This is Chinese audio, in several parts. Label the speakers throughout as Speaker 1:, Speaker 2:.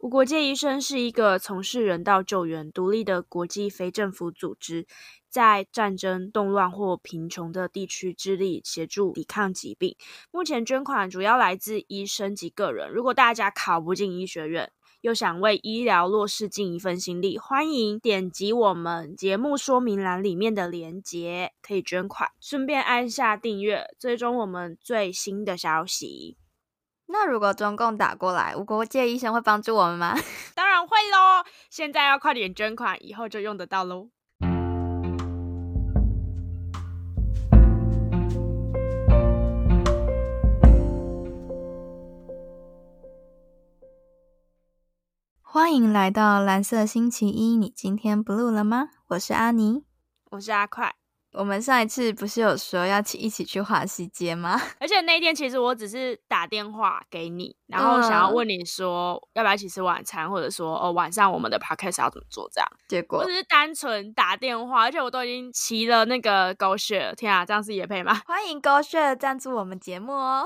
Speaker 1: 无国界医生是一个从事人道救援、独立的国际非政府组织，在战争、动乱或贫穷的地区致力协助抵抗疾病。目前捐款主要来自医生及个人。如果大家考不进医学院，又想为医疗弱势尽一份心力，欢迎点击我们节目说明栏里面的链接，可以捐款，顺便按下订阅，追踪我们最新的消息。
Speaker 2: 那如果中共打过来，无国界医生会帮助我们吗？
Speaker 1: 当然会喽，现在要快点捐款，以后就用得到喽。
Speaker 2: 欢迎来到蓝色星期一，你今天 blue 了吗？我是阿妮。
Speaker 1: 我是阿快，
Speaker 2: 我们上一次不是有说要去一起去华西街吗？
Speaker 1: 而且那一天其实我只是打电话给你，然后想
Speaker 2: 嗯
Speaker 1: 要问你说要不要一起吃晚餐，或者说哦晚上我们的 podcast 要怎么做这样。
Speaker 2: 结
Speaker 1: 我
Speaker 2: 果
Speaker 1: 只是单纯打电话，而且我都已经骑了那个狗血了，天啊，这样是野配吗？
Speaker 2: 欢迎 Go Share 赞助我们节目哦。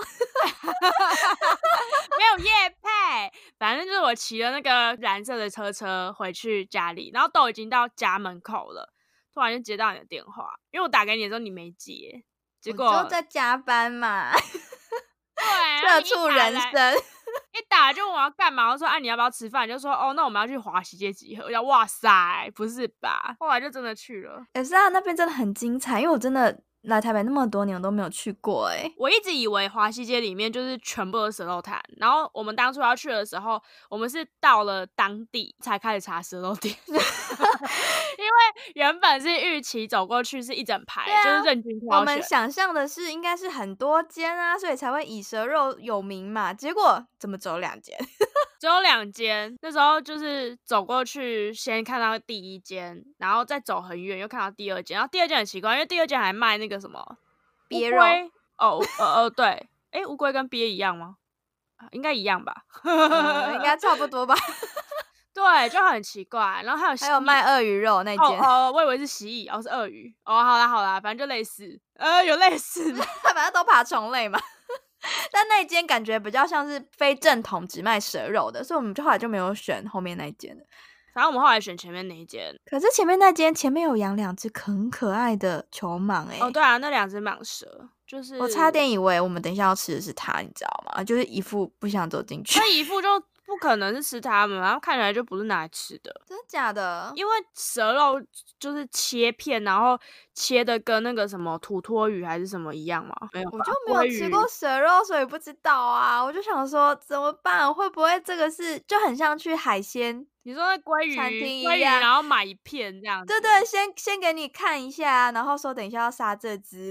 Speaker 1: 没有夜配，反正就是我骑了那个蓝色的车车回去家里，然后都已经到家门口了，突然就接到你的电话，因为我打给你的时候你没接，结果
Speaker 2: 我就在加班嘛，
Speaker 1: 对，然后你
Speaker 2: 社
Speaker 1: 一
Speaker 2: 畜
Speaker 1: 打
Speaker 2: 人
Speaker 1: 来
Speaker 2: 生。
Speaker 1: 一打就问我要干嘛，我说啊你要不要吃饭？你就说哦那我们要去华西街集合。我想哇塞，不是吧？后来就真的去了。
Speaker 2: 也是啊，那边真的很精彩，因为我真的来台北那么多年我都没有去过哎、
Speaker 1: 我一直以为华西街里面就是全部都是蛇肉摊，然后我们当初要去的时候，我们是到了当地才开始查蛇肉 店， 因为原本是预期走过去是一整排，
Speaker 2: 对啊
Speaker 1: 就是任君
Speaker 2: 我
Speaker 1: 挑选
Speaker 2: 们。想象的是应该是很多间啊，所以才会以蛇肉有名嘛。结果怎么走 两间？
Speaker 1: 只有两间。那时候就是走过去，先看到第一间，然后再走很远，又看到第二间。然后第二间很奇怪，因为第二间还卖那个什么
Speaker 2: 鳖
Speaker 1: 乌龟哦，呃呃，对，诶，乌龟跟鳖一样吗？啊应该一样吧，
Speaker 2: 嗯应该差不多吧。
Speaker 1: 对，就很奇怪。然后还有
Speaker 2: 还有
Speaker 1: 蜥
Speaker 2: 卖鳄鱼肉那
Speaker 1: 哦
Speaker 2: 间，
Speaker 1: 哦，我以为是蜥蜴，哦是鳄鱼。哦，好啦好啦，反正就类似，呃，有类似 吗
Speaker 2: 反正都爬虫类嘛。 但那间感觉比较像是非正统只卖蛇肉的，所以我们就后来就没有选后面那一间了。
Speaker 1: 反正我们后来选前面那一间。
Speaker 2: 可是前面那间前面有养两只很可爱的球蟒哎、
Speaker 1: 哦，对啊，那两只蟒蛇就是
Speaker 2: 我差点以为我们等一下要吃的是它，你知道吗？就是一副不想走进 去
Speaker 1: 那。一副就不可能是吃它们，然后看起来就不是拿来吃的，
Speaker 2: 真的假的？
Speaker 1: 因为蛇肉就是切片，然后切的跟那个什么土托鱼还是什么一样嘛，没有
Speaker 2: 我
Speaker 1: 吧
Speaker 2: 就没有吃过。蛇肉，所以不知道啊。我就想说，怎么办？会不会这个是就很像去海鲜？
Speaker 1: 你说那鲑鱼，
Speaker 2: 餐厅一
Speaker 1: 鲑鱼，
Speaker 2: 样
Speaker 1: 然后买一片这样子，
Speaker 2: 对对，先先给你看一下，啊然后说等一下要杀这只。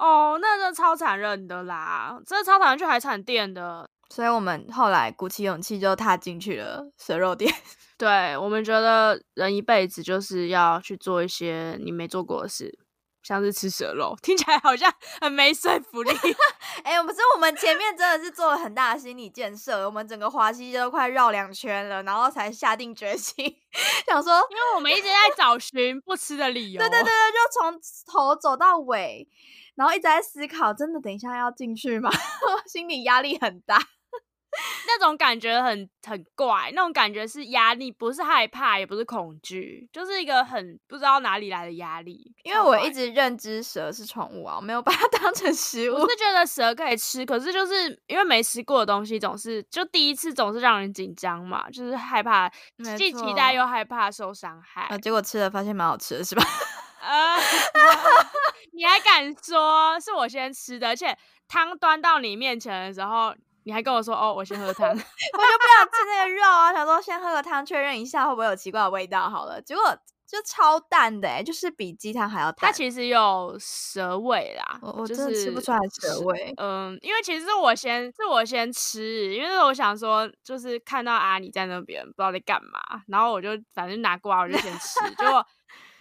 Speaker 1: 哦，那那超残忍的啦，真的超讨厌去海产店的，
Speaker 2: 所以我们后来鼓起勇气就踏进去了蛇肉店。
Speaker 1: 对我们觉得人一辈子就是要去做一些你没做过的事，像是吃蛇肉，听起来好像很没说服 力。
Speaker 2: 哎、我们是我们前面真的是做了很大的心理建设，我们整个华西街都快绕两圈了，然后才下定决心， 想说
Speaker 1: 因为我们一直在找寻不吃的理由。
Speaker 2: 对对对对，就从头走到尾，然后一直在思考，真的等一下要进去吗？ 心理压力很大。
Speaker 1: 那种感觉很很怪，那种感觉是压力，不是害怕，也不是恐惧，就是一个很不知道哪里来的压力。
Speaker 2: 因为
Speaker 1: 超
Speaker 2: 我
Speaker 1: 怪
Speaker 2: 一直认知蛇是宠物啊，我没有把它当成食物
Speaker 1: 我。是觉得蛇可以吃，可是就是因为没吃过的东西，总是就第一次总是让人紧张嘛，就是害怕，
Speaker 2: 没
Speaker 1: 既期
Speaker 2: 错
Speaker 1: 待又害怕受伤害。
Speaker 2: 啊，结果吃了发现蛮好吃的，是吧？
Speaker 1: 呃， 你还敢说是我先吃的，而且汤端到你面前的时候，你还跟我说哦，我先喝汤。
Speaker 2: 我就不想吃那个肉啊，想说先喝个汤确认一下会不会有奇怪的味道好了。结果就超淡的、欸，就是比鸡汤还要
Speaker 1: 它
Speaker 2: 淡。
Speaker 1: 其实有蛇味啦，
Speaker 2: 我我
Speaker 1: 就
Speaker 2: 真的吃不出来蛇
Speaker 1: 是。
Speaker 2: 味，
Speaker 1: 嗯，因为其实是我先是我先吃，因为我想说就是看到阿里在那边不知道在干嘛，然后我就反正拿过来我就先吃，结果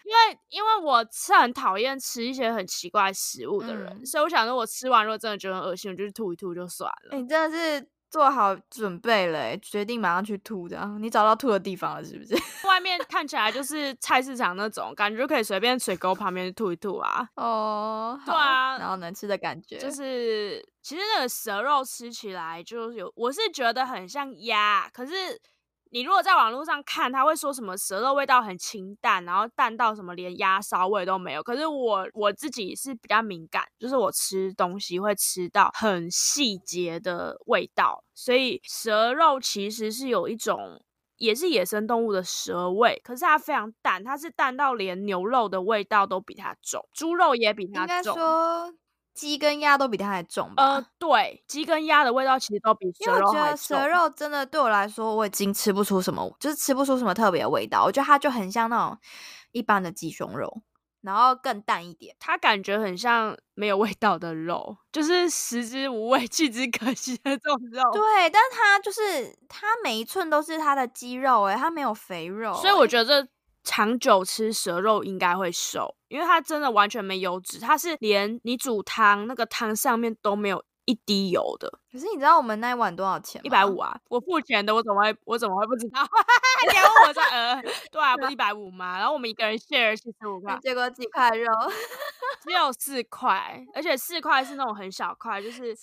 Speaker 1: 因为因为我是很讨厌吃一些很奇怪食物的人，
Speaker 2: 嗯
Speaker 1: 所以我想说我吃完如果真的觉得很恶心，我就去吐一吐就算了。
Speaker 2: 欸你真的是做好准备了、欸，决定马上去吐的啊。你找到吐的地方了是不 是？
Speaker 1: 外面看起来就是菜市场那种，感觉就可以随便水沟旁边吐一吐啊。
Speaker 2: 哦，
Speaker 1: 对
Speaker 2: 好
Speaker 1: 啊
Speaker 2: 然后能吃的感觉
Speaker 1: 就是其实那个蛇肉吃起来就是有，我是觉得很像鸭，可是你如果在网络上看，他会说什么蛇肉味道很清淡，然后淡到什么连鸭烧味都没有。可是我我自己是比较敏感，就是我吃东西会吃到很细节的味道，所以蛇肉其实是有一种。也是野生动物的蛇味，可是它非常淡，它是淡到连牛肉的味道都比它重，猪肉也比
Speaker 2: 应
Speaker 1: 它
Speaker 2: 该
Speaker 1: 重。
Speaker 2: 说鸡跟鸭都比它还重吧。
Speaker 1: 呃，对，鸡跟鸭的味道其实都比
Speaker 2: 因
Speaker 1: 蛇
Speaker 2: 为
Speaker 1: 肉
Speaker 2: 我觉
Speaker 1: 还
Speaker 2: 得
Speaker 1: 重。
Speaker 2: 蛇肉真的对我来说，我已经吃不出什么，就是吃不出什么特别的味道。我觉得它就很像那种一般的鸡胸肉，然后更淡一点。
Speaker 1: 它感觉很像没有味道的肉，就是食之无味， 弃之可惜的这种肉。
Speaker 2: 对，但是它就是它每一寸都是它的肌肉、欸，它没有肥肉、
Speaker 1: 所以我
Speaker 2: 欸
Speaker 1: 觉得长久吃蛇肉应该会瘦，因为它真的完全没油脂，它是连你煮汤那个汤上面都没有一滴油的，
Speaker 2: 可是你知道我们那一碗多少钱吗？
Speaker 1: 一百五。啊！我付钱的，我怎么会我怎么会不知道？ 你还问我说呃，对啊，不是一百五吗？然后我们一个人 share 七十五块，
Speaker 2: 结果几块肉，
Speaker 1: 只有四块，而且四块是那种很小块，就是
Speaker 2: 超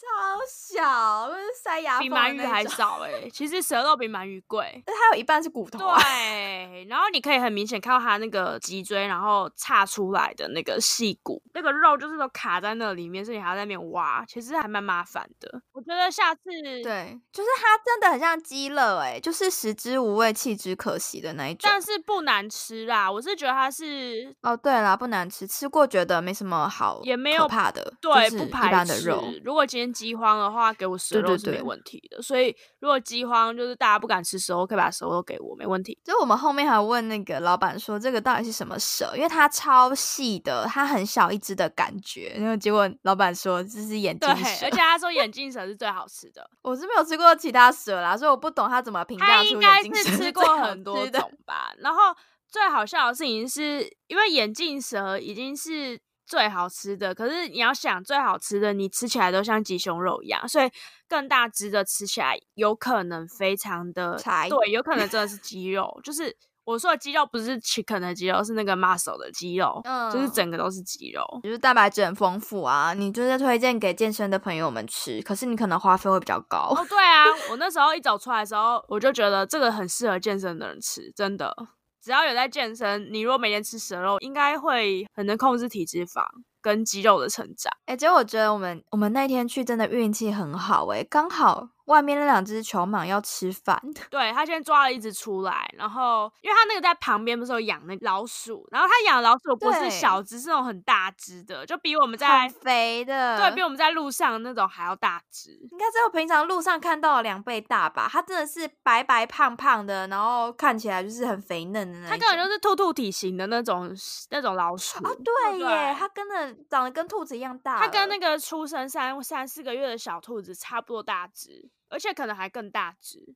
Speaker 2: 小，就是塞牙
Speaker 1: 比
Speaker 2: 缝的
Speaker 1: 鳗鱼
Speaker 2: 那
Speaker 1: 还
Speaker 2: 种，
Speaker 1: 少哎、其实蛇肉比鳗鱼贵。
Speaker 2: 但 它有一半是骨头、啊。
Speaker 1: 对，然后你可以很明显看到它那个脊椎，然后岔出来的那个细骨，那个肉就是都卡在那里面，所以你还要在那边挖，其实还蛮麻烦的。我觉得下次
Speaker 2: 对，就是它真的很像鸡肋，哎，就是食之无味，弃之可惜的那一种。
Speaker 1: 但是不难吃啦，我是觉得它是
Speaker 2: 哦，对啦，不难吃，吃过觉得没什么好，
Speaker 1: 也没
Speaker 2: 可
Speaker 1: 有
Speaker 2: 怕的，
Speaker 1: 对、
Speaker 2: 就是
Speaker 1: 不
Speaker 2: 一
Speaker 1: 排
Speaker 2: 般的
Speaker 1: 斥
Speaker 2: 肉。。
Speaker 1: 如果今天饥荒的话，给我蛇
Speaker 2: 对
Speaker 1: 肉
Speaker 2: 对
Speaker 1: 是没
Speaker 2: 对
Speaker 1: 问题的。所以如果饥荒就是大家不敢吃蛇肉，可以把蛇肉给我，没问题。
Speaker 2: 就我们后面还问那个老板说，这个到底是什么蛇？因为它超细的，它很小一只的感觉。然后结果老板说这是啊眼
Speaker 1: 对，
Speaker 2: 镜
Speaker 1: 而
Speaker 2: 蛇
Speaker 1: 且，他说眼镜蛇是最好吃的，
Speaker 2: 我是没有吃过其他蛇啦，所以我不懂他怎么评
Speaker 1: 他
Speaker 2: 价
Speaker 1: 应
Speaker 2: 出
Speaker 1: 该
Speaker 2: 眼镜蛇
Speaker 1: 是
Speaker 2: 最
Speaker 1: 吃
Speaker 2: 好
Speaker 1: 过很多
Speaker 2: 吃的。
Speaker 1: 种吧。然后最好笑的事情是，因为眼镜蛇已经是最好吃的，可是你要想最好吃的，你吃起来都像鸡胸肉一样，所以更大只的吃起来有可能非常的
Speaker 2: 柴
Speaker 1: 对，有可能真的是鸡肉，就是。我说的鸡肉不是 chicken 的鸡肉，是那个 muscle 的鸡肉，就是
Speaker 2: 嗯
Speaker 1: 整个都是鸡肉。
Speaker 2: 就是蛋白质很丰富啊，你就是推荐给健身的朋友们吃，可是你可能花费会比较高。
Speaker 1: 哦，对啊，我那时候一走出来的时候，我就觉得这个很适合健身的人吃，真的。只要有在健身，你如果每天吃蛇肉，应该会很能控制体脂肪跟肌肉的成长。
Speaker 2: 哎、结果我觉得我们我们那天去真的运气很好哎、刚好外面那两只球蟒要吃饭，
Speaker 1: 对他现在抓了一只出来，然后因为他那个在旁边不是有养那老鼠，然后他养老鼠不是
Speaker 2: 对
Speaker 1: 小只，是那种很大只的，就比我们
Speaker 2: 很
Speaker 1: 在
Speaker 2: 肥的，
Speaker 1: 对比我们在路上那种还要大只。
Speaker 2: 应该只有平常路上看到的两倍大吧？它真的是白白胖胖的，然后看起来就是很肥嫩的那
Speaker 1: 它
Speaker 2: 一
Speaker 1: 根本
Speaker 2: 种
Speaker 1: 就是兔兔体型的那种那种老鼠
Speaker 2: 哦，对
Speaker 1: 不
Speaker 2: 耶，它跟的长得跟兔子一样大了，
Speaker 1: 它跟那个出生三三四个月的小兔子差不多大只，而且可能还更大只。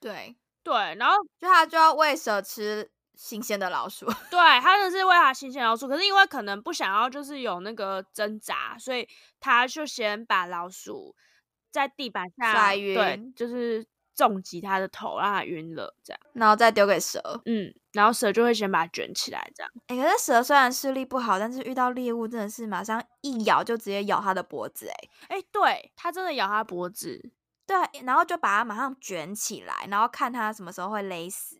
Speaker 2: 对，
Speaker 1: 对，然后
Speaker 2: 就它就要喂蛇吃新鲜的老鼠，
Speaker 1: 对，它真的是为它新鲜老鼠，可是因为可能不想要就是有那个挣扎，所以它就先把老鼠在地板上
Speaker 2: 摔
Speaker 1: 对
Speaker 2: 晕，
Speaker 1: 就是重击它的头，让它晕了这样。
Speaker 2: 然后再丢给蛇。
Speaker 1: 嗯，然后蛇就会先把它卷起来这样。
Speaker 2: 哎、可是蛇虽然视力不好，但是遇到猎物真的是马上一咬就直接咬它的脖子、哎。
Speaker 1: 哎，对，它真的咬它脖子，
Speaker 2: 对，然后就把它马上卷起来，然后看它什么时候会勒死，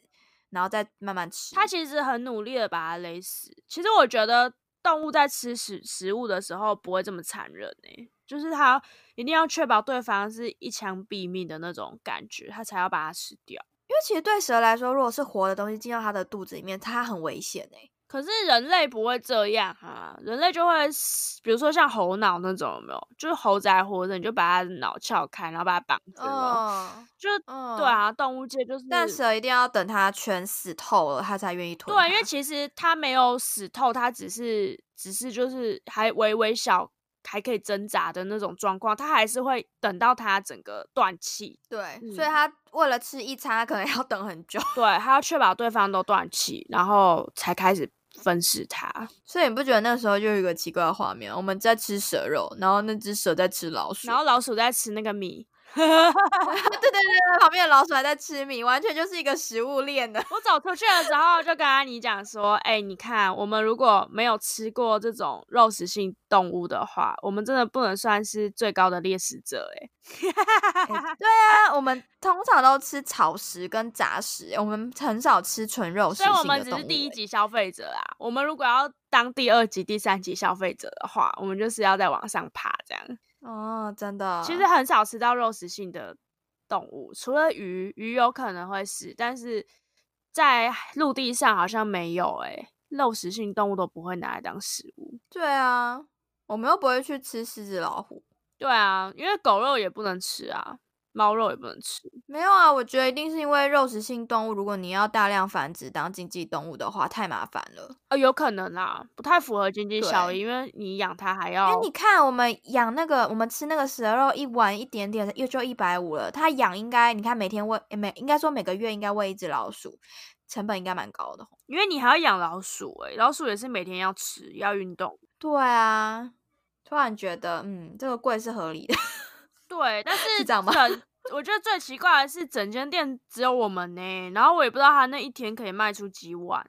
Speaker 2: 然后再慢慢吃。
Speaker 1: 它其实很努力的把它勒死。其实我觉得动物在吃食食物的时候不会这么残忍诶、就是它一定要确保对方是一枪毙命的那种感觉，它才要把它吃掉。
Speaker 2: 因为其实对蛇来说，如果是活的东西进到它的肚子里面，它很危险哎、
Speaker 1: 可是人类不会这样啊，人类就会死，比如说像猴脑那种，有没有？就是猴子还活着，你就把它的脑撬开，然后把它绑着咯，
Speaker 2: 嗯
Speaker 1: 就
Speaker 2: 嗯
Speaker 1: 对。啊，动物界就是。
Speaker 2: 但蛇一定要等它全死透了，它才愿意吞它。
Speaker 1: 对，啊因为其实它没有死透，它只是只是就是还微微小，还可以挣扎的那种状况，它还是会等到它整个断气，
Speaker 2: 对，
Speaker 1: 嗯
Speaker 2: 所以它为了吃一餐，它可能要等很久。
Speaker 1: 对，它要确保对方都断气，然后才开始分食它。
Speaker 2: 所以你不觉得那时候就有一个奇怪的画面？我们在吃蛇肉，然后那只蛇在吃老鼠，
Speaker 1: 然后老鼠在吃那个米，
Speaker 2: 对对对对，旁边的老鼠还在吃米，完全就是一个食物链的。
Speaker 1: 我走出去的时候就跟阿尼讲说：“哎、你看，我们如果没有吃过这种肉食性动物的话，我们真的不能算是最高的猎食者、欸。”
Speaker 2: 对啊，我们通常都吃草食跟杂食，我们很少吃纯肉食
Speaker 1: 所以
Speaker 2: 性
Speaker 1: 我
Speaker 2: 的动物。
Speaker 1: 们只是第一级消费者啊。我们如果要当第二级、第三级消费者的话，我们就是要再往上爬这样。
Speaker 2: 哦，真的。
Speaker 1: 其实很少吃到肉食性的动物，除了鱼，鱼有可能会是，但是在陆地上好像没有哎、肉食性动物都不会拿来当食物。
Speaker 2: 对啊，我们又不会去吃狮子老虎。
Speaker 1: 对啊，因为狗肉也不能吃啊，猫肉也不能吃。
Speaker 2: 没有啊，我觉得一定是因为肉食性动物，如果你要大量繁殖当经济动物的话，太麻烦了。
Speaker 1: 呃，有可能啦，不太符合经济效
Speaker 2: 对
Speaker 1: 益，因为你养它还
Speaker 2: 因
Speaker 1: 要
Speaker 2: 为你看，我们养那个，我们吃那个蛇肉，一碗一点点，又就一百五了。它养应该，你看每天喂，诶每应该说每个月应该喂一只老鼠，成本应该蛮高的吼。哦
Speaker 1: 因为你还要养老鼠哎、老鼠也是每天要吃，要运动。
Speaker 2: 对啊，突然觉得，嗯，这个贵是合理的。
Speaker 1: 对，但是
Speaker 2: 是这样吗
Speaker 1: 整我觉得最奇怪的是，整间店只有我们呢、然后我也不知道他那一天可以卖出几碗，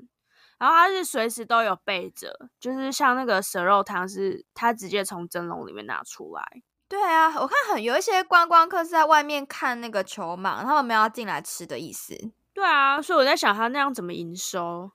Speaker 1: 然后他是随时都有备着，就是像那个蛇肉汤是他直接从蒸笼里面拿出来，
Speaker 2: 对啊，我看很有一些观光客是在外面看那个球蟒，他们没有要进来吃的意思，
Speaker 1: 对啊，所以我在想他那样怎么营收，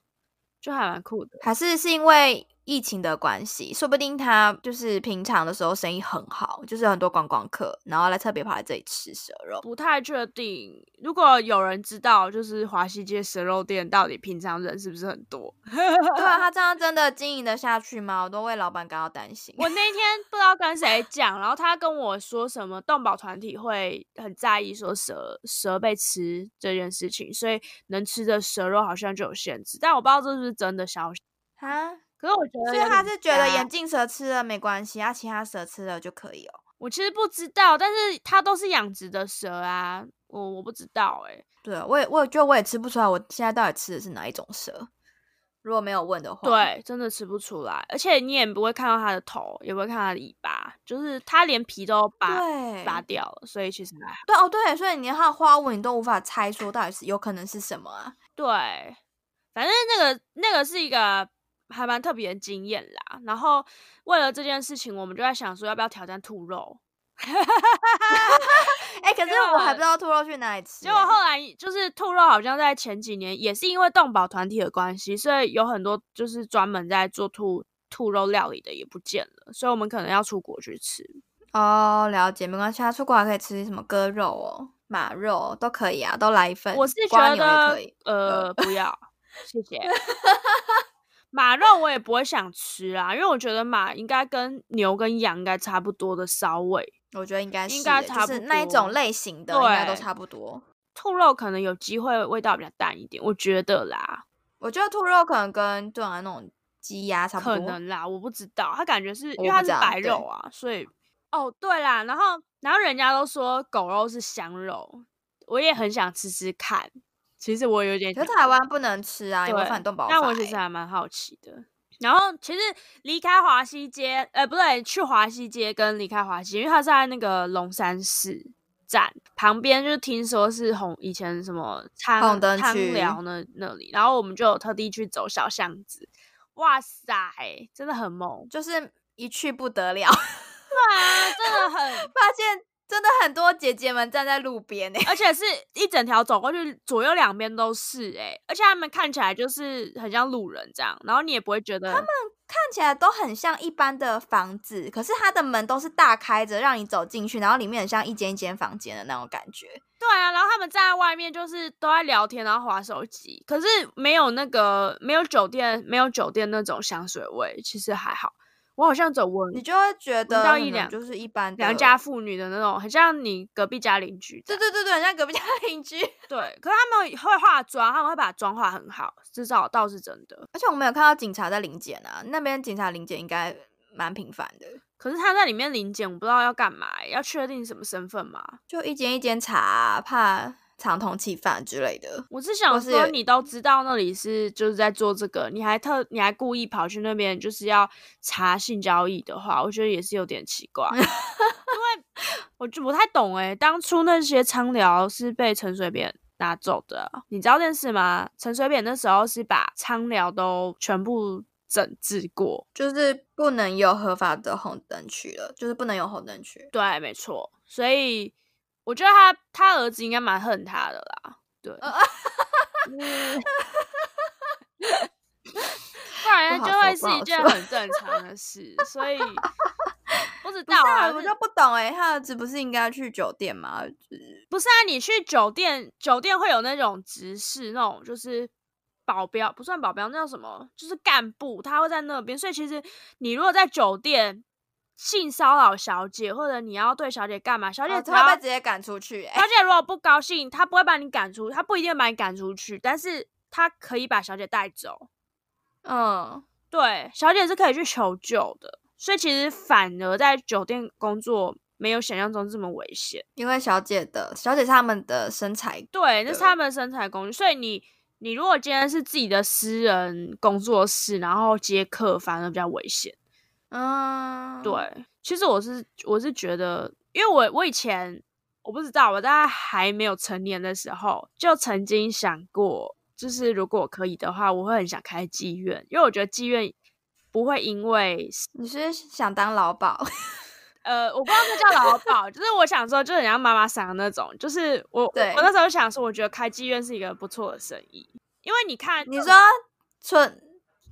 Speaker 1: 就还蛮酷的。
Speaker 2: 还是是因为疫情的关系，说不定他就是平常的时候生意很好，就是很多观光客，然后来特别跑来这里吃蛇肉。
Speaker 1: 不太确定，如果有人知道，就是华西街蛇肉店到底平常人是不是很多？
Speaker 2: 对啊，他这样真的经营得下去吗？我都为老板感到担心。
Speaker 1: 我那天不知道跟谁讲，然后他跟我说什么动保团体会很在意说蛇蛇被吃这件事情，所以能吃的蛇肉好像就有限制，但我不知道这是不是真的消息。
Speaker 2: 啊，
Speaker 1: 可是我觉得有
Speaker 2: 所以
Speaker 1: 点
Speaker 2: 他是觉得
Speaker 1: 瞎
Speaker 2: 眼镜蛇吃了没关系，啊，其他蛇吃了就可以哦。
Speaker 1: 我其实不知道，但是它都是养殖的蛇啊，我我不知道哎、
Speaker 2: 对，啊我也我也觉得我也吃不出来，我现在到底吃的是哪一种蛇？如果没有问的话，，
Speaker 1: 对，真的吃不出来，而且你也不会看到它的头，也不会看到它的尾巴，就是它连皮都拔
Speaker 2: 对，
Speaker 1: 拔掉了，所以其实还好。
Speaker 2: 对哦，对，所以你连它的花纹你都无法猜说到底是有可能是什么啊？
Speaker 1: 对，反正那个那个是一个还蛮特别的经验啦。然后为了这件事情，我们就在想说要不要挑战兔肉。
Speaker 2: 哎、可是
Speaker 1: 对
Speaker 2: 我还不知道兔肉去哪里吃、
Speaker 1: 结果后来就是兔肉好像在前几年也是因为动保团体的关系，所以有很多就是专门在做兔兔肉料理的也不见了，所以我们可能要出国去吃。
Speaker 2: 哦，了解，没关系，啊，出国还可以吃什么鸽肉哦、马肉都可以啊，都来一份。
Speaker 1: 我是觉
Speaker 2: 瓜牛也
Speaker 1: 得
Speaker 2: 可以。嗯
Speaker 1: 呃不要， 谢谢。马肉我也不会想吃啦，因为我觉得马应该跟牛跟羊应该差不多的骚味，
Speaker 2: 我觉得应该是
Speaker 1: 应
Speaker 2: 耶，
Speaker 1: 该差
Speaker 2: 就是
Speaker 1: 不
Speaker 2: 那一
Speaker 1: 多
Speaker 2: 种类型的，应该都
Speaker 1: 对
Speaker 2: 差不多。
Speaker 1: 兔肉可能有机会味道比较淡一点，我觉得啦，
Speaker 2: 我觉得兔肉可能跟对啊那种鸡鸭差不
Speaker 1: 可
Speaker 2: 多。
Speaker 1: 能啦，我不知道，它感觉是因
Speaker 2: 我
Speaker 1: 为
Speaker 2: 不
Speaker 1: 它是
Speaker 2: 知道
Speaker 1: 白
Speaker 2: 对
Speaker 1: 肉啊，所以哦对啦，然后然后人家都说狗肉是香肉，我也很想吃吃看，其实我有点
Speaker 2: 可是
Speaker 1: 想
Speaker 2: 台湾不能吃啊，有没有
Speaker 1: 对
Speaker 2: 反动保法、
Speaker 1: 那我其实还蛮好奇的。然后其实离开华西街，呃，不对，去华西街跟离开华西街，因为它是在那个龙山寺站旁边，就是听说是红以前什么汤
Speaker 2: 红灯
Speaker 1: 汤
Speaker 2: 区
Speaker 1: 寮那那里，然后我们就有特地去走小巷子。哇塞，真的很猛！
Speaker 2: 就是一去不得了，
Speaker 1: 对啊，真的很，
Speaker 2: 发现真的很多姐姐们站在路边欸呢、
Speaker 1: 而且是一整条走过去，左右两边都是哎、而且他们看起来就是很像路人这样，然后你也不会觉得他们
Speaker 2: 看起来都很像一般的房子，可是它的门都是大开着，让你走进去，然后里面很像一间一间房间的那种感觉。
Speaker 1: 对啊，然后他们站在外面就是都在聊天，然后划手机，可是没有那个没有酒店没有酒店那种香水味，其实还好。我好像只闻
Speaker 2: 你就会觉得
Speaker 1: 到
Speaker 2: 可
Speaker 1: 一
Speaker 2: 能
Speaker 1: 两
Speaker 2: 就是一般的
Speaker 1: 良家妇女的那种，很像你隔壁家邻居这
Speaker 2: 对
Speaker 1: 样。
Speaker 2: 对对对，很像隔壁家邻居。
Speaker 1: 对，可是他们会化妆，他们会把妆化很好，至少倒是真的。
Speaker 2: 而且我们有看到警察在临检啊，那边警察临检应该蛮频繁的，
Speaker 1: 可是他在里面临检，我不知道要干嘛，欸要确定什么身份吗？
Speaker 2: 就一间一间查啊、怕藏通缉犯之类的。
Speaker 1: 我是想
Speaker 2: 或是
Speaker 1: 说，
Speaker 2: 有
Speaker 1: 你都知道那里是就是在做这个，你还特你还故意跑 去那边就是要查性交易的话，我觉得也是有点奇怪。因为我就不太懂哎、当初那些苍寮是被陈水扁拿走的，啊你知道这件事吗？陈水扁那时候是把苍寮都全部整治过，
Speaker 2: 就是不能有合法的红灯区了，就是不能有红灯区。
Speaker 1: 对，没错，所以我觉得他他儿子应该蛮恨他的啦，对，
Speaker 2: 呃
Speaker 1: 嗯 不然
Speaker 2: 不好
Speaker 1: 就
Speaker 2: 说
Speaker 1: 会
Speaker 2: 不
Speaker 1: 是
Speaker 2: 好
Speaker 1: 一件
Speaker 2: 说
Speaker 1: 很正常的事，所 以不知
Speaker 2: 不
Speaker 1: 道
Speaker 2: 是
Speaker 1: 啊，
Speaker 2: 啊，我
Speaker 1: 就
Speaker 2: 就不懂哎、他儿子不是应该去酒店吗？就是
Speaker 1: 不是啊，你去酒店，酒店会有那种执事，那种就是保镖，不算保镖，那叫什么？就是干部，他会在那边。所以其实你如果在酒店性骚扰小姐，或者你要对小姐干嘛，小姐
Speaker 2: 哦
Speaker 1: 只
Speaker 2: 他
Speaker 1: 要、
Speaker 2: 会被直接赶出去哎、
Speaker 1: 小姐如果不高兴，她不会把你赶出，她不一定会把你赶出去，但是她可以把小姐带走。
Speaker 2: 嗯，
Speaker 1: 对，小姐是可以去求救的，所以其实反而在酒店工作没有想象中这么危险。
Speaker 2: 因为小姐的小姐是他们的身材，
Speaker 1: 对，那是
Speaker 2: 对
Speaker 1: 他们的生产工具。所以你你如果今天是自己的私人工作室，然后接客，反而比较危险。
Speaker 2: 嗯，
Speaker 1: 对，，其实我是我是觉得，因为我我以前我不知道，我大概还没有成年的时候，就曾经想过，就是如果可以的话，我会很想开妓院，因为我觉得妓院不会因为
Speaker 2: 你是想当老 鸨？
Speaker 1: 呃，我不知道那叫劳保，就是我想说，就是人家妈妈桑那种，就是我我
Speaker 2: 对
Speaker 1: 我那时候想说，我觉得开妓院是一个不错的生意，因为你看，
Speaker 2: 你说纯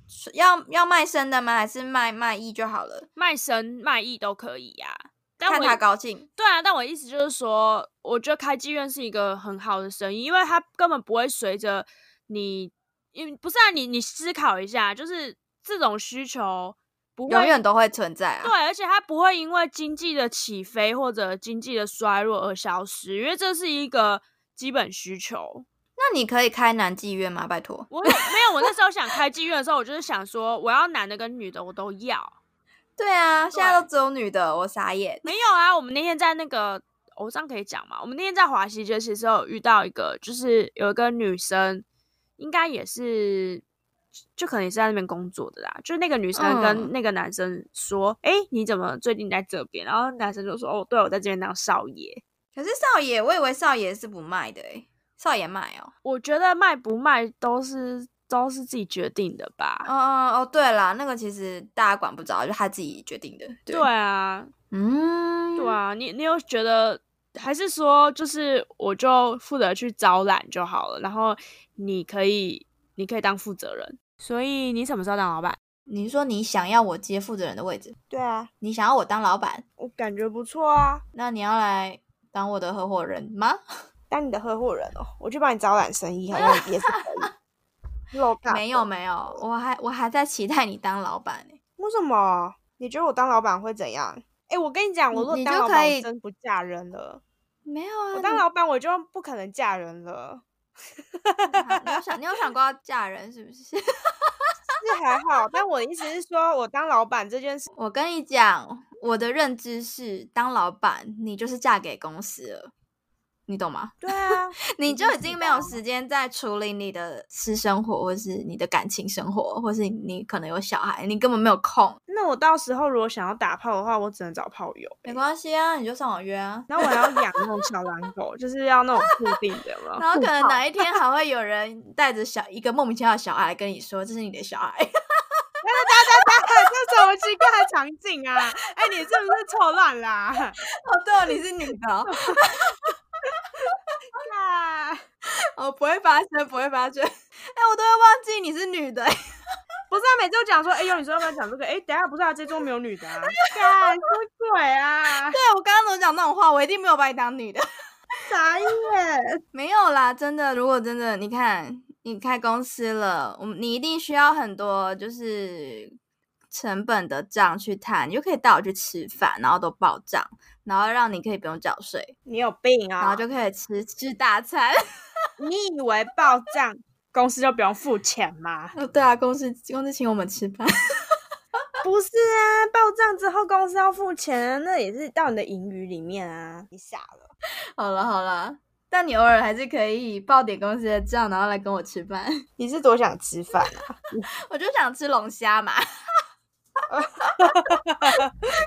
Speaker 2: 纯要要卖身的吗？还是卖卖艺就好了？
Speaker 1: 卖身卖艺都可以呀、但
Speaker 2: 看
Speaker 1: 我
Speaker 2: 他高兴。
Speaker 1: 对啊，但我意思就是说，我觉得开妓院是一个很好的生意，因为它根本不会随着你，因不是啊，你你思考一下，就是这种需求不
Speaker 2: 永
Speaker 1: 会
Speaker 2: 远都会存在啊！
Speaker 1: 对，而且它不会因为经济的起飞或者经济的衰弱而消失，因为这是一个基本需求。
Speaker 2: 那你可以开男妓院吗？拜托，
Speaker 1: 我有没有？我那时候想开妓院的时候，我就是想说，我要男的跟女的我都要。
Speaker 2: 对啊，现在都只有女的，我傻眼。
Speaker 1: 没有啊，我们那天在那个，我、这样可以讲嘛？我们那天在华西街其实有遇到一个，就是有一个女生，应该也是，就可能也是在那边工作的啦。就那个女生跟
Speaker 2: 嗯
Speaker 1: 那个男生说：“哎、你怎么最近在这边？”然后男生就说：“哦，对，我在这边当少爷。”
Speaker 2: 可是少爷，我以为少爷是不卖的诶、欸少爷卖哦。
Speaker 1: 我觉得卖不卖都是都是自己决定的吧。
Speaker 2: 哦哦哦，对啦，那个其实大家管不着，就他自己决定的。对，
Speaker 1: 对啊，
Speaker 2: 嗯，
Speaker 1: 对，啊，你你有觉得还是说就是我就负责去招揽就好了，然后你可以你可以当负责人。所以你什么时候当老板？
Speaker 2: 你是说你想要我接负责人的位置，
Speaker 1: 对啊，
Speaker 2: 你想要我当老板，
Speaker 1: 我感觉不错啊，
Speaker 2: 那你要来当我的合伙 人吗？
Speaker 1: 当你的合伙人哦，我去帮你招揽生意，好像也是可 以。漏干
Speaker 2: 没有没有，我还我还在期待你当老板、欸、
Speaker 1: 为什么？你觉得我当老板会怎样？哎、我跟你讲，
Speaker 2: 你
Speaker 1: 我如果
Speaker 2: 你
Speaker 1: 当
Speaker 2: 就
Speaker 1: 老
Speaker 2: 可
Speaker 1: 板，我
Speaker 2: 以
Speaker 1: 真不嫁人了。
Speaker 2: 没有啊，
Speaker 1: 我当老板，我就不可能嫁人了。
Speaker 2: 啊你有想你有想过要嫁人是不是？
Speaker 1: 是还好，但我的意思是说，我当老板这件事，
Speaker 2: 我跟你讲，我的认知是，当老板你就是嫁给公司了，你懂吗？
Speaker 1: 对啊，
Speaker 2: 你
Speaker 1: 已
Speaker 2: 就
Speaker 1: 经
Speaker 2: 已
Speaker 1: 知
Speaker 2: 经没
Speaker 1: 道
Speaker 2: 有时间在处理你的私生活，或是你的感情生活，或是你可能有小孩，你根本没有空。
Speaker 1: 那我到时候如果想要打炮的话，我只能找炮友、
Speaker 2: 没
Speaker 1: 欸。
Speaker 2: 关系啊，你就上网约啊。
Speaker 1: 然后我还要养那种小狼狗，就是要那种固定的，有没有
Speaker 2: 然后
Speaker 1: 固
Speaker 2: 可能
Speaker 1: 炮
Speaker 2: 哪一天还会有人带着小一个莫名其妙的小孩来跟你说这是你的小 孩，哦
Speaker 1: 这什么奇怪的场景啊？哎、你是不是错乱 啦？
Speaker 2: 哦对哦，你是女的 哦、
Speaker 1: 啊，
Speaker 2: 哦不会发生，不会发生，哎、 我都会忘记你是女的、欸
Speaker 1: 不是啊，每次都讲说，哎、呦，你说要不要讲这个？哎、等一下不是啊，这桌没有女的啊，干什么鬼 啊？
Speaker 2: 对我刚刚怎么讲那种话，我一定没有把你当女的。
Speaker 1: 啥耶？
Speaker 2: 没有啦，真的，如果真的，你看你开公司了，我们你一定需要很多就是成本的账去谈，你就可以带我去吃饭，然后都报账，然后让你可以不用缴税，
Speaker 1: 你有病
Speaker 2: 然
Speaker 1: 啊
Speaker 2: 后！就可以吃吃大餐。
Speaker 1: 你以为报账公司就不用付钱吗？
Speaker 2: 哦，对啊，公司公司请我们吃饭，
Speaker 1: 不是啊，报账之后公司要付钱啊，那也是到你的盈余里面啊。你傻了？
Speaker 2: 好了好了。但你偶尔还是可以报点公司的账，然后来跟我吃饭。
Speaker 1: 你是多想吃饭 啊？
Speaker 2: 我就 想吃龙虾嘛，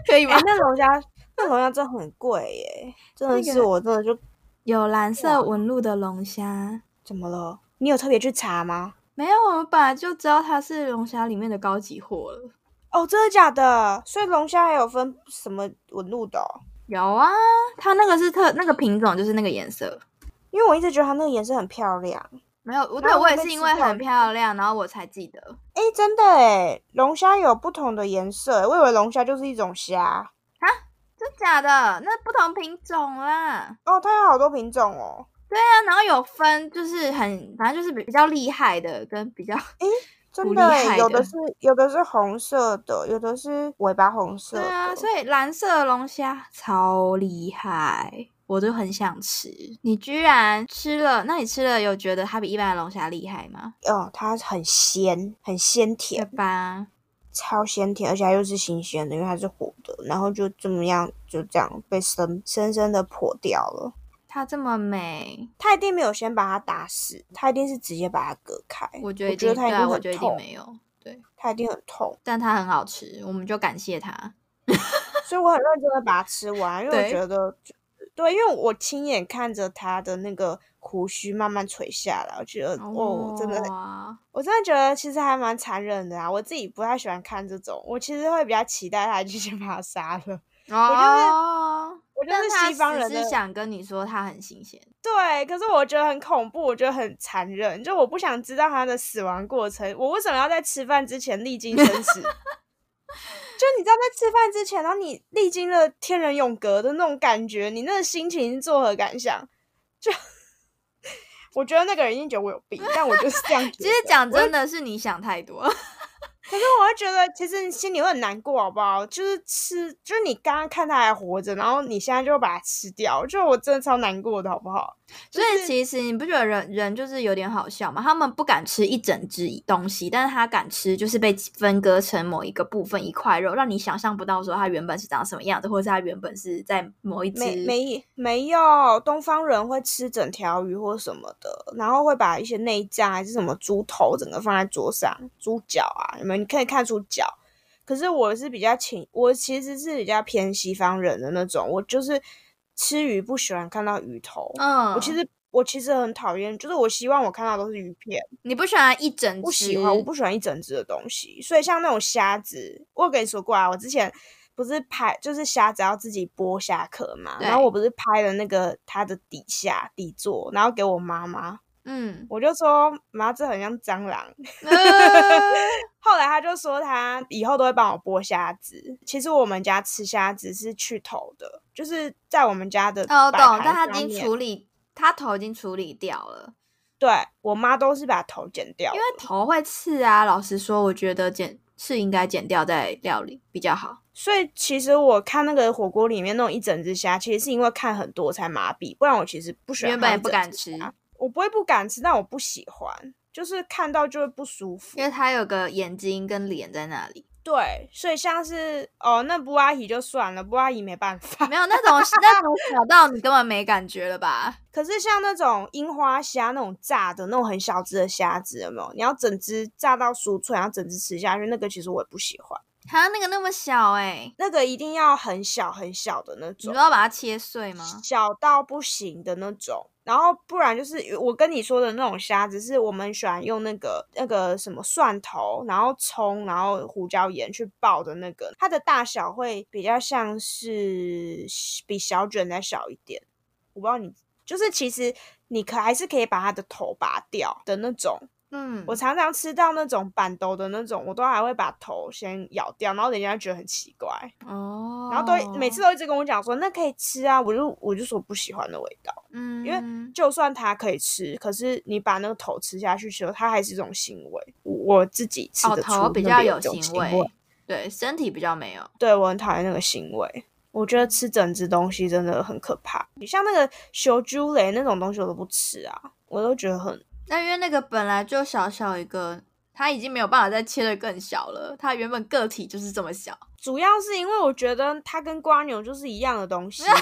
Speaker 2: 可以吗
Speaker 1: 哎、？那龙虾，那龙虾真的很贵耶，真的
Speaker 2: 那
Speaker 1: 是
Speaker 2: 个
Speaker 1: 我真的就
Speaker 2: 有蓝色纹路的龙虾。
Speaker 1: 怎么了？你有特别去查吗？
Speaker 2: 没有，啊我们本来就知道它是龙虾里面的高级货了。
Speaker 1: 哦，真的假的？所以龙虾还有分什么纹路的哦、
Speaker 2: 有啊，它那个是特那个品种，就是那个颜色。
Speaker 1: 因为我一直觉得它那个颜色很漂亮。
Speaker 2: 没有，我
Speaker 1: 那
Speaker 2: 对
Speaker 1: 会
Speaker 2: 哦我也
Speaker 1: 被
Speaker 2: 是因
Speaker 1: 吃
Speaker 2: 为
Speaker 1: 掉
Speaker 2: 很漂亮，然后我才记得。
Speaker 1: 哎，真的哎，龙虾有不同的颜色，我以为龙虾就是一种虾。
Speaker 2: 真假的？那不同品种啦。
Speaker 1: 哦，它有好多品种哦。
Speaker 2: 对啊，然后有分，就是很，反正就是比比较厉害的跟比较，
Speaker 1: 真
Speaker 2: 不
Speaker 1: 的
Speaker 2: 厉
Speaker 1: 欸，
Speaker 2: 害
Speaker 1: 有的
Speaker 2: 的
Speaker 1: 是有的是红色的，有的是尾巴红色
Speaker 2: 对
Speaker 1: 的。
Speaker 2: 啊，所以蓝色龙虾超厉害，我就很想吃。你居然吃了，那你吃了有觉得它比一般的龙虾厉害吗？
Speaker 1: 哦，它很鲜，很鲜
Speaker 2: 对
Speaker 1: 甜，
Speaker 2: 吧？
Speaker 1: 超鲜甜，而且它又是新鲜的，因为它是活的，然后就这么样就这样被生生生的破掉了。
Speaker 2: 它这么美，
Speaker 1: 它一定没有先把它打死，它一定是直接把它割开。
Speaker 2: 我觉得一
Speaker 1: 觉
Speaker 2: 定
Speaker 1: 得它一
Speaker 2: 对啊，
Speaker 1: 定
Speaker 2: 我
Speaker 1: 很
Speaker 2: 觉得一定
Speaker 1: 痛，
Speaker 2: 没有。对，
Speaker 1: 它一定很痛，
Speaker 2: 但它很好吃，我们就感谢它。
Speaker 1: 所以我很认真的把它吃完，因为我
Speaker 2: 对
Speaker 1: 觉得就对，因为我亲眼看着它的那个胡须慢慢垂下来，我觉得哦，真的很
Speaker 2: 哇
Speaker 1: 我真的觉得其实还蛮残忍的啊！我自己不太喜欢看这种，我其实会比较期待 他就先把他杀了。
Speaker 2: 哦，
Speaker 1: 我就
Speaker 2: 但
Speaker 1: 是西方
Speaker 2: 它
Speaker 1: 人
Speaker 2: 只
Speaker 1: 的
Speaker 2: 是想跟你说它很新鲜。
Speaker 1: 对，可是我觉得很恐怖，我觉得很残忍，就我不想知道他的死亡过程。我为什么要在吃饭之前历经生死？ 就你知道，在吃饭之前，然后你历经了天人永隔的那种感觉，你那个心情是作何感想？就我觉得那个人一定觉得我有病，但我就是这样觉得。
Speaker 2: 其实讲真的是你想太多。
Speaker 1: 可是我会觉得，其实你心里会很难过，好不好？就是吃，就是你刚刚看它还活着，然后你现在就把它吃掉，就我真的超难过的，好不好？
Speaker 2: 所以其实你不觉得人人就是有点好笑吗？他们不敢吃一整只东西，但是他敢吃，就是被分割成某一个部分一块肉，让你想象不到说它原本是长什么样子，或者是它原本是在某一只。
Speaker 1: 没没没有，东方人会吃整条鱼或什么的，然后会把一些内脏还是什么猪头整个放在桌上，猪脚啊，你们你可以看出脚。可是我是比较倾，我其实是比较偏西方人的那种，我就是吃鱼不喜欢看到鱼头，
Speaker 2: 嗯，
Speaker 1: 我其实我其实很讨厌，就是我希望我看到都是鱼片。
Speaker 2: 你不喜欢一整只，
Speaker 1: 不喜欢，我不喜欢一整只的东西。所以像那种虾子，我有跟你说过啊，我之前不是拍就是虾子要自己剥虾壳嘛，然后
Speaker 2: 对
Speaker 1: 我不是拍了那个它的底下底座，然后给我妈妈，
Speaker 2: 嗯，
Speaker 1: 我就说妈这很像蟑螂。
Speaker 2: 呃
Speaker 1: 后来她就说她以后都会帮我剥虾子。其实我们家吃虾子是去头的，就是在我们家的
Speaker 2: 哦，我
Speaker 1: 摆
Speaker 2: 懂，
Speaker 1: 盘
Speaker 2: 但他已
Speaker 1: 上
Speaker 2: 经
Speaker 1: 面
Speaker 2: 处理，他头已经处理掉了，
Speaker 1: 对我妈都是把头剪掉的，
Speaker 2: 因为头会刺啊。老实说，我觉得剪是应该剪掉再料理比较好。
Speaker 1: 所以其实我看那个火锅里面那种一整只虾，其实是因为看很多才麻痹，不然我其实不喜欢。
Speaker 2: 原本也不敢，吃，
Speaker 1: 我不会不敢吃，但我不喜欢，就是看到就会不舒服
Speaker 2: 因。为它有个眼睛跟脸在那里。
Speaker 1: 对，所以像是哦，那布阿姨就算了，布阿姨没办法。
Speaker 2: 没有那种那种小到你根本没感觉了吧？
Speaker 1: 可是像那种樱花虾那种炸的那种很小只的虾子，有没有？你要整只炸到酥脆，然后整只吃下去，那个其实我也不喜欢。
Speaker 2: 它那个那么小哎、
Speaker 1: 那个一定要很小很小的那
Speaker 2: 你不
Speaker 1: 种。
Speaker 2: 要把它切碎吗？
Speaker 1: 小到不行的那种。然后不然就是我跟你说的那种虾子，是我们喜欢用那个那个什么蒜头，然后葱，然后胡椒盐去爆的那个，它的大小会比较像是比小卷再小一点。我不知道你就是其实你可还是可以把它的头拔掉的那种。
Speaker 2: 嗯，
Speaker 1: 我常常吃到那种板豆的那种，我都还会把头先咬掉，然后人家觉得很奇怪。
Speaker 2: 哦，
Speaker 1: 然后都每次都一直跟我讲说那可以吃啊，我就我就说不喜欢的味道。
Speaker 2: 嗯，
Speaker 1: 因就算它可以吃，可是你把那个头吃下去之后，它还是一种腥味。我我自己吃
Speaker 2: 哦
Speaker 1: 得出、
Speaker 2: 头比较有
Speaker 1: 腥
Speaker 2: 腥
Speaker 1: 味，
Speaker 2: 对身体比较没有。
Speaker 1: 对我很讨厌那个腥味。我觉得吃整只东西真的很可怕，像那个修猪雷那种东西我都不吃啊，我都觉得很
Speaker 2: 那因为那个本来就小小一个，它已经没有办法再切的更小了，它原本个体就是这么小。
Speaker 1: 主要是因为我觉得它跟瓜牛就是一样的东西啊。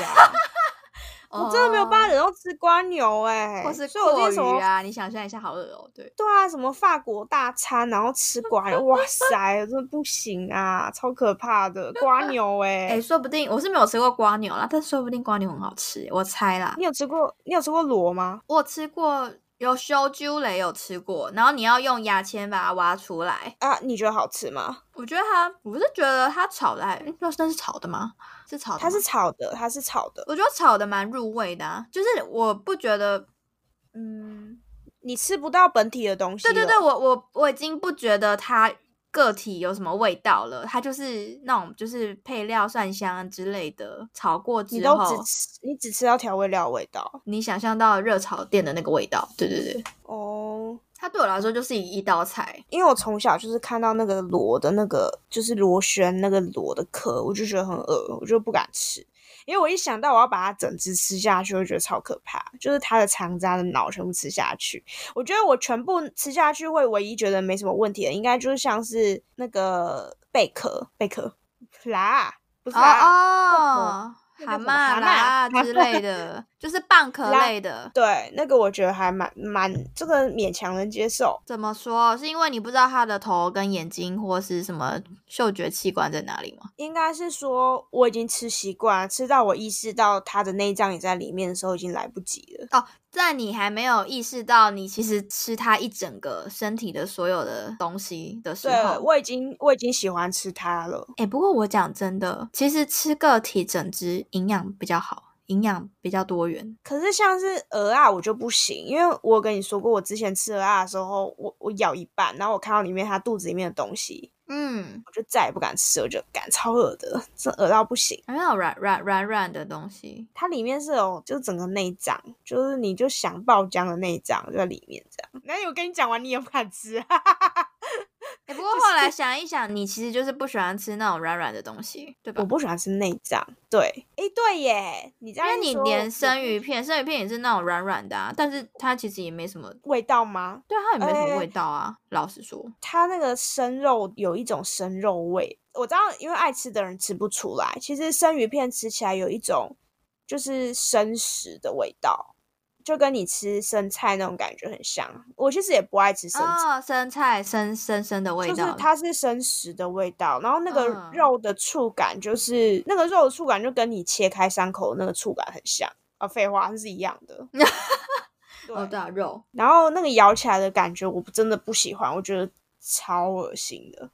Speaker 1: 我真的没有办法
Speaker 2: 哦
Speaker 1: 忍受吃瓜牛哎、
Speaker 2: 或是
Speaker 1: 所以我
Speaker 2: 阔
Speaker 1: 这什么
Speaker 2: 鱼啊，你想象一下，好恶哦、对，
Speaker 1: 对啊，什么法国大餐，然后 吃瓜牛，哇塞，真的不行啊，超可怕的瓜牛哎、
Speaker 2: 哎、说不定我是没有吃过瓜牛啦，但说不定瓜牛很好吃，我猜啦。
Speaker 1: 你有吃过你有吃过螺吗？
Speaker 2: 我吃过有修鸠雷有吃过，然后你要用牙签把它挖出来。
Speaker 1: 啊，你觉得好吃吗？
Speaker 2: 我觉得它，我是觉得它炒的还，那那是炒的吗？是炒的吗，
Speaker 1: 它是炒的，它是炒的。
Speaker 2: 我觉得炒的蛮入味的、啊，就是我不觉得，嗯，
Speaker 1: 你吃不到本体的东西
Speaker 2: 对
Speaker 1: 了。
Speaker 2: 对对，我我我已经不觉得它个体有什么味道了，它就是那种就是配料蒜香啊之类的炒过
Speaker 1: 你
Speaker 2: 之
Speaker 1: 都只
Speaker 2: 后，
Speaker 1: 吃你只吃到调味料的味道
Speaker 2: 你想象到热炒店的那个味道，对对对，
Speaker 1: 哦。
Speaker 2: 它对我来说就是一一道菜，
Speaker 1: 因为我从小就是看到那个螺的那个，就是螺旋那个螺的壳，我就觉得很恶，我就不敢吃。因为我一想到我要把它整只吃下去，我就觉得超可怕，就是它的肠子、它的脑全部吃下去。我觉得我全部吃下去会唯一觉得没什么问题的，应该就是像是那个贝壳、贝壳啦，不是
Speaker 2: 哦
Speaker 1: 啦，
Speaker 2: 哦，
Speaker 1: 那个
Speaker 2: 蛤
Speaker 1: 什
Speaker 2: 蟆
Speaker 1: 么蛤蟆
Speaker 2: 啦 之类的，就是蚌壳
Speaker 1: 啦
Speaker 2: 类的。
Speaker 1: 对，那个我觉得还蛮蛮这个勉强能接受。
Speaker 2: 怎么说？是因为你不知道它的头跟眼睛或是什么嗅觉器官在哪里吗？
Speaker 1: 应该是说我已经吃习惯了，吃到我意识到它的内脏也在里面的时候，已经来不及了。
Speaker 2: 哦在你还没有意识到你其实吃它一整个身体的所有的东西的时
Speaker 1: 对
Speaker 2: 候，，
Speaker 1: 我已经我已经喜欢吃它了。
Speaker 2: 哎、不过我讲真的，其实吃个体整只营养比较好，营养比较多元。
Speaker 1: 可是像是鹅啊，我就不行，因为我跟你说过，我之前吃鹅啊的时候，我我咬一半，然后我看到里面它肚子里面的东西，
Speaker 2: 嗯，
Speaker 1: 我就再也不敢吃，我就感超恶的，这恶到不行。
Speaker 2: 还有软软软软的东西，
Speaker 1: 它里面是有就是整个内脏，就是你就想爆浆的内脏就在里面这样。那我跟你讲完，你也不敢吃，啊
Speaker 2: 哎、不过后来想一想，你其实就是不喜欢吃那种软软的东西，对吧
Speaker 1: 我？不喜欢吃内脏。对，诶，对耶，你这
Speaker 2: 因
Speaker 1: 样
Speaker 2: 为
Speaker 1: 一
Speaker 2: 你
Speaker 1: 说我
Speaker 2: 连生鱼片，生鱼片也是那种软软的啊，但是它其实也没什么，
Speaker 1: 味道吗？
Speaker 2: 对啊，它也没什
Speaker 1: 哎
Speaker 2: 么味道啊。老实说，
Speaker 1: 它那个生肉有一种生肉味，我知道，因为爱吃的人吃不出来。其实生鱼片吃起来有一种就是生食的味道，就跟你吃生菜那种感觉很像。我其实也不爱吃生菜。
Speaker 2: 哦，生菜生生生的味
Speaker 1: 就
Speaker 2: 道，
Speaker 1: 是它是生食的味道，然后那个
Speaker 2: 嗯
Speaker 1: 肉的触感，就是、那个肉的触感，就跟你切开伤口的那个触感很像啊。废话，是一样 的。对
Speaker 2: 哦，对啊，肉。
Speaker 1: 然后那个咬起来的感觉，我真的不喜欢，我觉得超恶心的。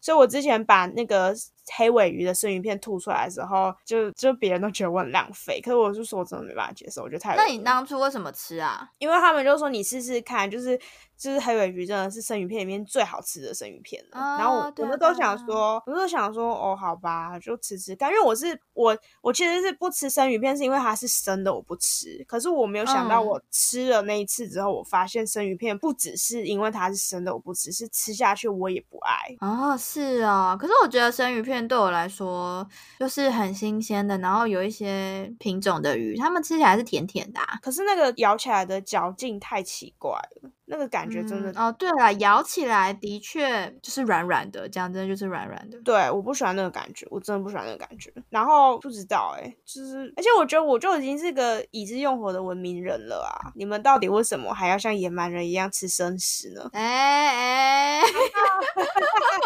Speaker 1: 所以我之前把那个黑尾鱼的生鱼片吐出来的时候，就就别人都觉得我很浪费，可是我是说我真的没办法接受，我觉得太恶
Speaker 2: 那
Speaker 1: 心
Speaker 2: 你当初为什么吃啊？
Speaker 1: 因为他们就说你试试看，就是就是黑尾鱼真的是生鱼片里面最好吃的生鱼片了。然后我
Speaker 2: 哦对啊
Speaker 1: 我那时候
Speaker 2: 对啊
Speaker 1: 想说，我那时候想说，哦，好吧，就吃吃看。因为我是我我其实是不吃生鱼片，是因为它是生的，我不吃。可是我没有想到，
Speaker 2: 嗯
Speaker 1: 我吃了那一次之后，我发现生鱼片不只是因为它是生的我不吃，是吃下去我也不爱。
Speaker 2: 哦，是啊、可是我觉得生鱼片对我来说就是很新鲜的，然后有一些品种的鱼，它们吃起来是甜甜的、啊。
Speaker 1: 可是那个咬起来的嚼劲太奇怪了，那个感觉真的、
Speaker 2: 嗯哦，对了，咬起来的确就是软软的，讲真的就是软软的。
Speaker 1: 对，我不喜欢那个感觉，我真的不喜欢那个感觉。然后不知道哎、就是，而且我觉得我就已经是个已知用火的文明人了啊！你们到底为什么还要像野蛮人一样吃生食呢？
Speaker 2: 哎哎，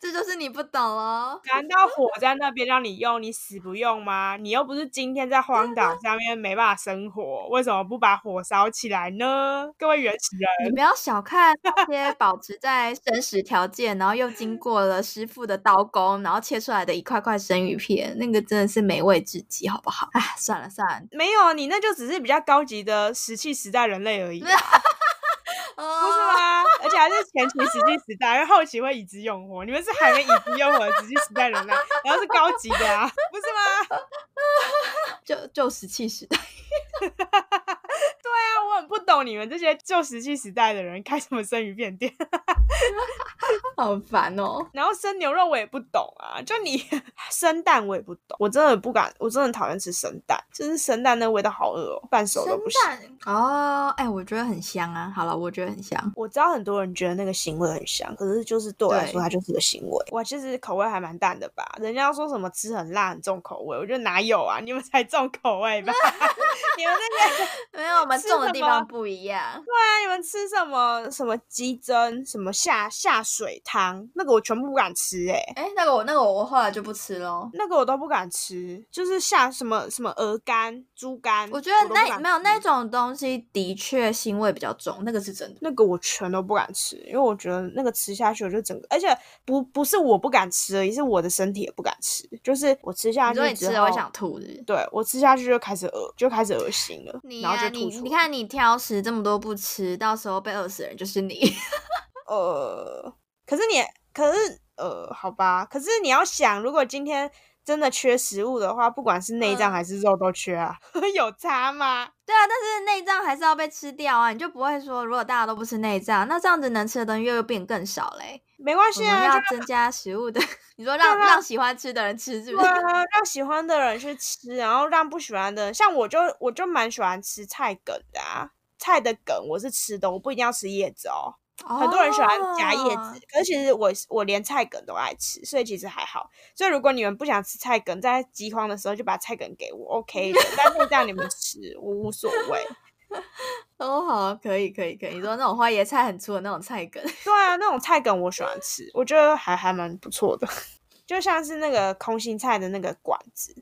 Speaker 2: 这就是你不懂喽。
Speaker 1: 难道火在那边让你用，你死不用吗？你又不是今天在荒岛上面没办法生火，为什么不把火烧起来呢？各位原始人，
Speaker 2: 你不要小看那些保持在生食条件，然后又 经过了师傅的刀工，然后切出来的一块块生鱼片，那个真的是美味至极，好不好？哎，算了算了，
Speaker 1: 没有，你那就只是比较高级的石器时代人类而已啊、不是
Speaker 2: 哦，
Speaker 1: 吗？而且还是前期实际时代，因为后期会以之用火。你们是还没以之用火的实际时代人类，啊然后是高级的啊， 不是吗？
Speaker 2: 就就石器时代，
Speaker 1: 对啊，我本不懂你们这些旧石器时代的人开什么生鱼片店，
Speaker 2: 好烦哦。
Speaker 1: 然后生牛肉我也不懂啊，就你 生蛋我也不懂，我真的不敢，我真的很讨厌吃生蛋，就是生蛋那味道好恶哦、半熟都不行。
Speaker 2: 生蛋哦，哎、我觉得很香啊。好了，我觉得很香。
Speaker 1: 我知道很多人觉得那个行为很香，可是就是对我来说，
Speaker 2: 对
Speaker 1: 它就是个行为。我其实口味还蛮淡的吧，人家说什么吃很辣很重口味，我觉得哪有啊？你们才重口味 吧？你们那个
Speaker 2: 没有，我们
Speaker 1: 吃
Speaker 2: 种的
Speaker 1: 什
Speaker 2: 地
Speaker 1: 么
Speaker 2: 方不一样。
Speaker 1: 对啊，你们吃什么什么鸡胗，什么下下水汤，那个我全部不敢吃哎、
Speaker 2: 哎、那个我那个我后来就不吃喽。
Speaker 1: 那个我都不敢吃，就是下什么什么鹅肝、猪肝，
Speaker 2: 我觉
Speaker 1: 嗯都
Speaker 2: 得
Speaker 1: 不
Speaker 2: 那
Speaker 1: 敢
Speaker 2: 没有
Speaker 1: 吃
Speaker 2: 那种东西的确腥味比较重，那个是真的。
Speaker 1: 那个我全都不敢吃，因为我觉得那个吃下去我就整个，而且不不是我不敢吃而已，是我的身体也不敢吃，就是我吃下
Speaker 2: 你
Speaker 1: 去
Speaker 2: 说你
Speaker 1: 之
Speaker 2: 吃了会
Speaker 1: 后
Speaker 2: 想吐是不是？
Speaker 1: 对我吃下去就开始恶，就开始恶心了，
Speaker 2: 你
Speaker 1: 然后
Speaker 2: 呀、
Speaker 1: 就
Speaker 2: 你
Speaker 1: 吐出来。
Speaker 2: 你，看你挑食这么多不吃，到时候被饿死的人就是你。
Speaker 1: 呃，可是你，可是呃，好吧，可是你要想，如果今天真的缺食物的话，不管是内脏
Speaker 2: 嗯
Speaker 1: 还是肉都缺啊， 有差吗？
Speaker 2: 对啊，但是内脏还是要被吃掉啊，你就不会说如果大家都不吃内脏，那这样子能吃的东西又变更少嘞、
Speaker 1: 没关
Speaker 2: 我
Speaker 1: 系
Speaker 2: 们
Speaker 1: 啊，
Speaker 2: 要
Speaker 1: 就
Speaker 2: 增加食物的， 你说让
Speaker 1: 对啊
Speaker 2: 让喜欢吃的人吃是不
Speaker 1: 对
Speaker 2: 是？
Speaker 1: 啊，让喜欢的人去吃，然后让不喜欢的，像我就我就蛮喜欢吃菜梗的啊，菜的梗我是吃的，我不一定要吃叶子哦。很多人喜欢夹叶
Speaker 2: 哦
Speaker 1: 子，可是其实我我连菜梗都爱吃，所以其实还好。所以如果你们不想吃菜梗，在饥荒的时候就把菜梗给我，OK 的。但是这样你们吃，我无所谓。
Speaker 2: 哦，好，可以，可以，可以。你说那种花椰菜很粗的那种菜 梗，
Speaker 1: 对啊，那种菜梗我喜欢吃，我觉得还还蛮不错的， 就像是那个空心菜的那个管子，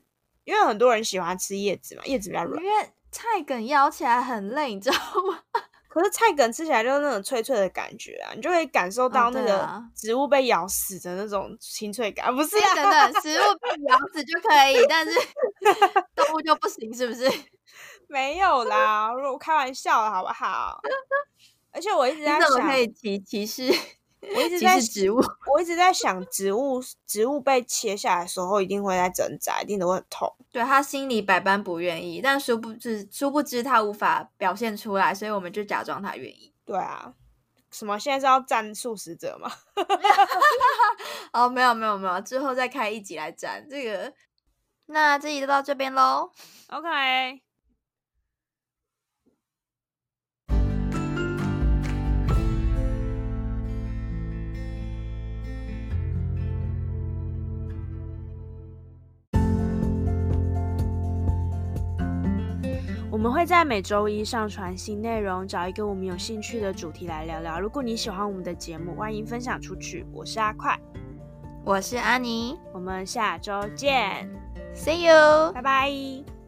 Speaker 1: 因为很多人喜欢吃叶子嘛，叶子比较软
Speaker 2: 因。为菜梗咬起来很累，你知道吗？
Speaker 1: 可是菜梗吃起来就是那种脆脆的感觉啊，你就可以感受到那
Speaker 2: 对
Speaker 1: 个
Speaker 2: 啊
Speaker 1: 植物被咬死的那种清脆感，啊不是
Speaker 2: 对，
Speaker 1: 啊？
Speaker 2: 等等，食物被咬死就可以，但是 动物就不行，是 不是？
Speaker 1: 没有啦，我开玩笑的好不好？而且我一直
Speaker 2: 你
Speaker 1: 在
Speaker 2: 怎么可
Speaker 1: 啊想，
Speaker 2: 以歧歧视
Speaker 1: 我一直
Speaker 2: 歧
Speaker 1: 在
Speaker 2: 视植 物？
Speaker 1: 我一直在想，植物植物被切下来的时候一定会在挣扎，一定都会很痛。
Speaker 2: 对他心里百般不愿意，但殊不知殊不知他无法表现出来，所以我们就假装他愿意。
Speaker 1: 对啊，什么现在是要站素食者吗？
Speaker 2: 哦，没有没有没有，之后再开一集来讲这个。那这集就到这边喽。
Speaker 1: OK，
Speaker 3: 我们会在每周一上传新内容，找一个我们有兴趣的主题来聊聊。如果你喜欢我们的节目，欢迎分享出去。我是阿快，
Speaker 2: 我是安妮
Speaker 3: 我们下周见，
Speaker 2: ，See you。
Speaker 3: 拜拜。